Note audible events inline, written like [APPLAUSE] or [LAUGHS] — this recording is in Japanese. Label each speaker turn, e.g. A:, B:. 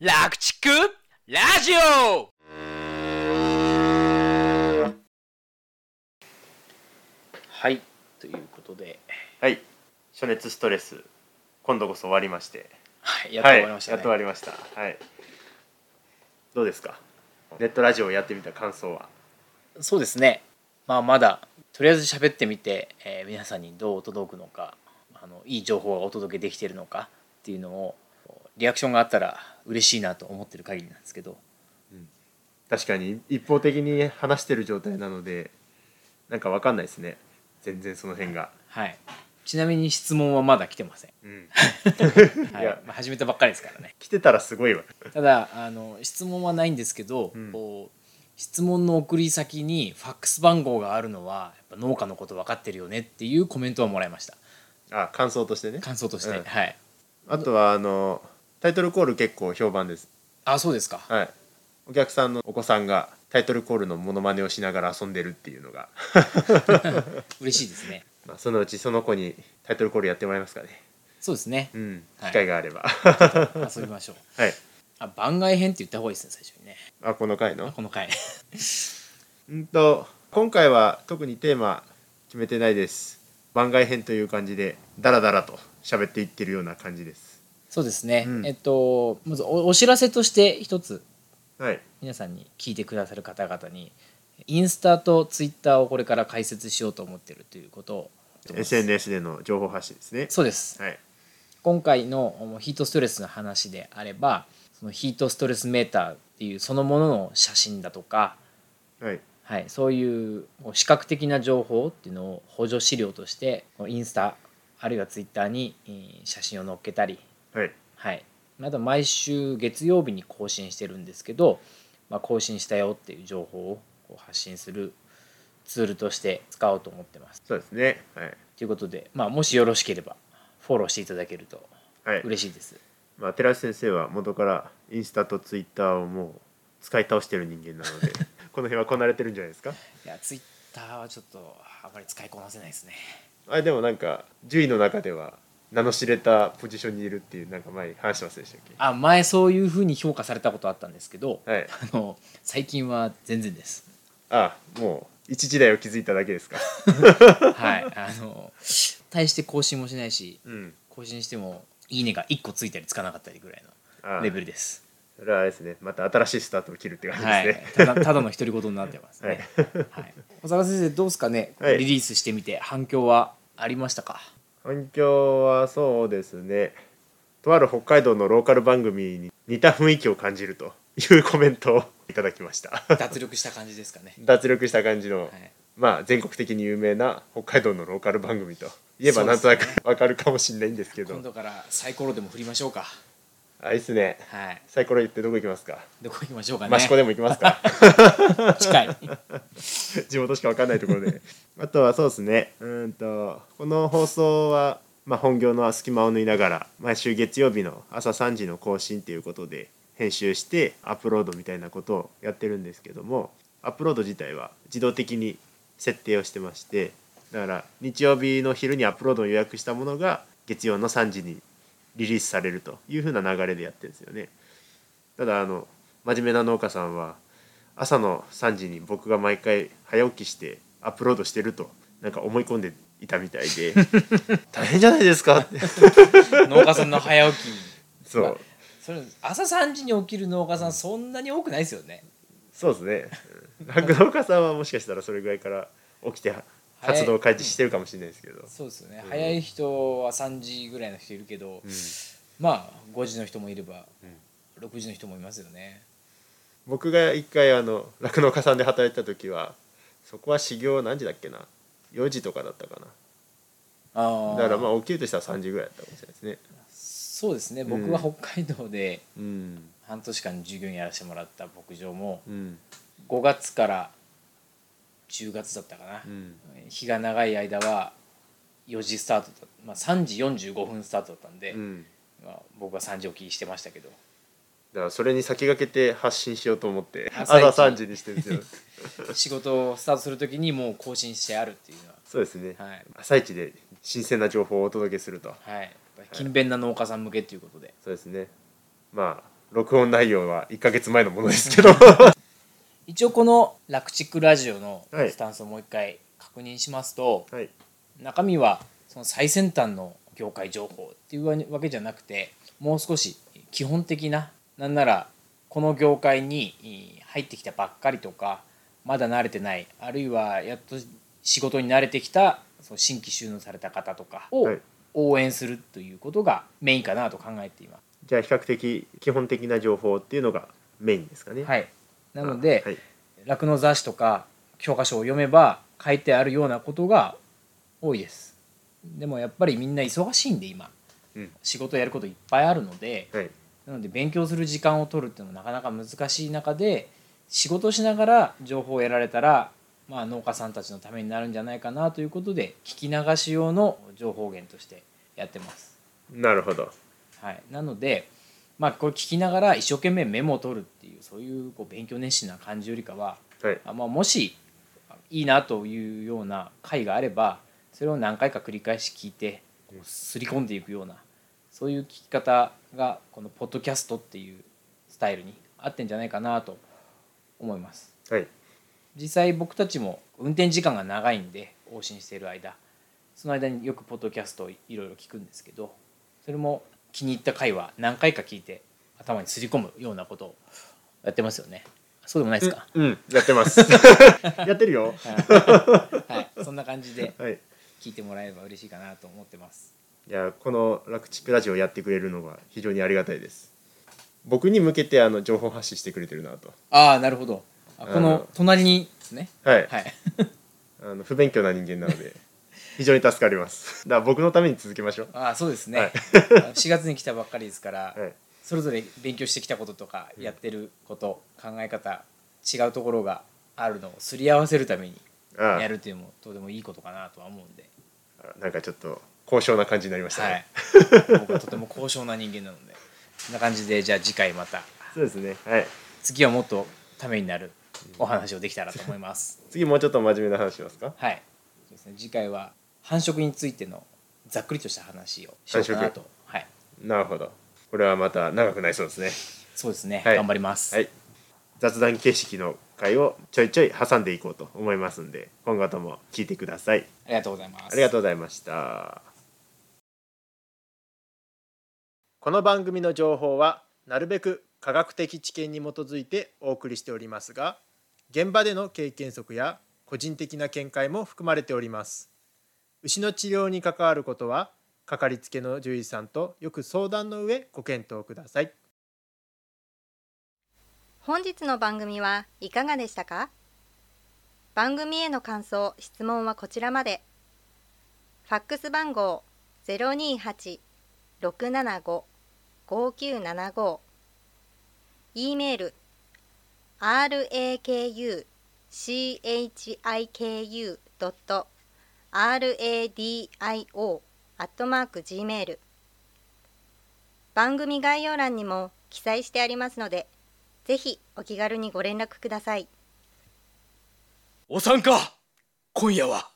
A: 楽チックラジオはいということで、
B: はい暑熱ストレス今度こそ終わりまして
A: はい、やっと終わりましたね、
B: はい、やっと終わりましたはいどうですかネットラジオをやってみた感想は
A: そうですねまあまだとりあえず喋ってみて、えー皆さんにどう届くのかあのいい情報がお届けできているのかっていうのをリアクションがあったら嬉しいなと思ってる限りなんですけど
B: 確かに一方的に話してる状態なのでなんかわかんないですね全然その辺が
A: はいちなみに質問はまだ来てません、
B: うん
A: [LAUGHS] はい
B: いや
A: まあ、始めたばっかりですからね
B: 来てたらすごいわ
A: ただあの質問はないんですけど、
B: うん
A: こう質問の送り先にファックス番号があるのはやっぱ農家のこと分かってるよねっていうコメントはもらいました
B: あ感想としてね
A: 感想として、
B: うん
A: はい
B: あとはあのタイトルコール結構評判です
A: あそうですか
B: はいお客さんのお子さんがタイトルコールのモノマネをしながら遊んでるっていうのが、
A: 嬉しいですね
B: まあ、そのうちその子にタイトルコールやってもらえますかね
A: そうですね
B: うん、
A: はい
B: 機会があれば
A: 遊びましょう
B: はい
A: あ番外編って言った方がいいですね最初にね
B: あこの回
A: あ
B: の
A: この回
B: うんと今回は特にテーマ決めてないです番外編という感じでダラダラと喋っていってるような感じです
A: そうですね、
B: うん
A: えっとまずおお知らせとして一つ
B: はい
A: 皆さんに聞いてくださる方々にインスタとツイッターをこれから解説しようと思ってるということを
B: SNS での情報発信ですね
A: そうです
B: はい
A: 今回のヒートストレスの話であればそのヒートストレスメーターっていうそのものの写真だとか、
B: はい
A: はい、そういう視覚的な情報っていうのを補助資料としてインスタあるいはツイッターにえー写真を載っけたり、
B: はい
A: はい、まだ毎週月曜日に更新してるんですけど、まあ、更新したよっていう情報をこう発信するツールとして使おうと思ってます。
B: そうですねはい
A: ということで、まあ、もしよろしければフォローしていただけると
B: はい、
A: 嬉しいです。
B: まあ、寺橋先生は元からインスタとツイッターをもう使い倒してる人間な
A: [LAUGHS]
B: のでこの辺はこなれてるんじゃないですか
A: いやツイッターはちょっとあまり使いこなせないですね
B: あれでもなんか10位の中では名の知れたポジションにいるっていうなんか前話してませんでしたっ
A: あ前そういうふうに評価されたことあったんですけど、
B: けはい
A: あの最近は全然
B: [LAUGHS]
A: です
B: あもう一時代を築いただけですか
A: はいあの大して更新もしないし
B: うん
A: 更新しても「いいね」が1個ついたりつかなかったりぐらい
B: あ
A: のレベルです
B: それはあれですねまた新しいスタートを切るって感じ
A: はい
B: ですね、
A: ただただの独り言になってますね、はい、小坂先生どうですかね、
B: はい
A: リリースしてみて反響はありましたか
B: [LAUGHS] 反響はそうですねとある北海道のローカル番組に似た雰囲気を感じるというコメントをいただきました
A: [LAUGHS] 脱力した感じですかね、
B: 脱力した感じの、
A: はい、
B: まあ全国的に有名な北海道のローカル番組といえばなんとなく
A: そうです
B: わかるかもしれないんですけど
A: 今度からサイコロでも振りましょうか
B: あれですね
A: はい
B: サイコロ言ってどこ行きますか
A: どこ行きましょうかね
B: 益子でも行きますか
A: 近い
B: [LAUGHS] 地元しか分かんないところで [LAUGHS] あとはそうですねうーんとこの放送は、まあ、本業の隙間を縫いながら毎週月曜日の朝3時の更新ということで編集してアップロードみたいなことをやってるんですけどもアップロード自体は自動的に設定をしてましてだから日曜日の昼にアップロードを予約したものが月曜の3時にリリースされるというふうな流れでやってるんですよね。ただあの真面目な農家さんは朝の3時に僕が毎回早起きしてアップロードしてるとなんか思い込んでいたみたいで [LAUGHS] 大変じゃないですかって
A: 農家さんの早起き
B: そう
A: それ朝3時に起きる農家さんそんなに多くないですよね
B: そうですね酪農家さんはもしかしたらそれぐらいから起きて活動を開始してるかもしれないですけど、
A: そうですよね、
B: うん
A: 早い人は3時ぐらいの人いるけど、
B: うん
A: まあ5時の人もいれば
B: うん
A: 6時の人もいますよね
B: 僕が一回あの酪農家さんで働いた時はそこは始業何時だっけな4時とかだったか
A: あ
B: な
A: あ
B: だからまあ起きるとしたら3時ぐらいだったかもしれないですね
A: そうですね
B: ん
A: 僕は北海道で
B: うん
A: 半年間授業にやらせてもらった牧場も
B: うん
A: 5月から10月だったかな、
B: うん
A: 日が長い間は4時スタートだ、まあ、3時45分スタートだったんで、
B: うん
A: まあ、僕は3時起きしてましたけど
B: だからそれに先駆けて発信しようと思って
A: 朝
B: 朝
A: 一
B: 3時にしてるん
A: [LAUGHS]
B: ですよ
A: 仕事をスタートするときにもう更新してあるっていうの
B: そうですね、
A: ははい、
B: 朝一で新鮮な情報をお届けすると
A: はい、勤勉な農家さん向けということで
B: そうですねまあ録音内容は1ヶ月前のものです
A: [LAUGHS]
B: けど
A: 一応この「楽クラジオ」の
B: はい
A: スタンスをもう一回確認しますと、
B: はい
A: 中身はその最先端の業界情報っていうわけじゃなくてもう少し基本的ななんならこの業界にえー入ってきたばっかりとかまだ慣れてないあるいはやっと仕事に慣れてきたその新規収納された方とかを
B: はい
A: 応援するということがメインかなと考えていま
B: じゃあ比較的基本的な情報っていうのがメインですかね
A: す。はい、なので、
B: はい
A: 酪農雑誌とか教科書を読めば書いてあるようなことが多いですでもやっぱりみんな忙しいんで今、
B: うん
A: 仕事やることいっぱいあるので
B: はい
A: なので勉強する時間を取るっていうのもなかなか難しい中で仕事をしながら情報を得られたら、まあ、農家さんたちのためになるんじゃないかなということで聞き流し用の情報源としてやってます
B: なるほど
A: はい、なので、まあ、これ聞きながら一生懸命メモを取るっていうそういうこう勉強熱心な感じよりかは、
B: はい
A: あまあ、もしいいなというような回があればそれを何回か繰り返し聞いてこう刷り込んでいくようなそういう聞き方がこのポッドキャストっていうスタイルに合ってんじゃないかなと思います。
B: はい
A: 実際僕たちも運転時間が長いんで往診している間その間によくポッドキャストをいろいろ聞くんですけどそれも気に入った回は何回か聞いて頭にすり込むようなことをやってますよねそうでもないですか、
B: うんやっ
A: [LAUGHS]
B: てますやってるよ
A: はい、はいそんな感じで
B: はい
A: 聞いてもらえれば嬉しいかなと思ってます
B: いやこの楽チックラジオやってくれるのが非常にありがたいです僕に向けてあの情報発信してくれてるなと
A: ああなるほどあこの
B: あの
A: 隣にですね
B: はい、
A: はい
B: あの不勉強な人間なので [LAUGHS] 非常に助かりますだから僕のために続けましょう
A: [LAUGHS] ああそうですね、
B: はい
A: 4月に来たばっかりですから、
B: はい
A: それぞれ勉強してきたこととかやってること、考え方違うところがあるのをすり合わせるために
B: あ
A: やるっていうのもとてもいいことかなとは思うんで、
B: あなんかちょっと高尚な感じになりました
A: は
B: ね、
A: い、僕はとても高尚な人間なのでそんな感じでじゃあ次回また
B: そうですねはい
A: 次はもっとためになるお話をできたらと思います。
B: 次もうちょっと真面目な話しますか
A: はいそうですね、次回は繁殖についてのざっくりとした話をしようかなと、はい、
B: なるほどこれはまた長くなりそうですね
A: そうですね、
B: はい
A: 頑張ります。
B: はい雑談形式の回をちょいちょい挟んでいこうと思いますんで今後とも聞いてください
A: ありがとうございます。
B: ありがとうございました。この番組の情報はなるべく科学的知見に基づいてお送りしておりますが、現場での経験則や個人的な見解も含まれております。牛の治療に関わることは、かかりつけの獣医さんとよく相談の上ご検討ください。
C: 本日の番組はいかがでしたか番組への感想・質問はこちらまで。ファックス番号028-675-5975 E メール rakuchiku.radio.gmail 番組概要欄にも記載してありますのでぜひお気軽にご連絡ください。
A: お参加今夜は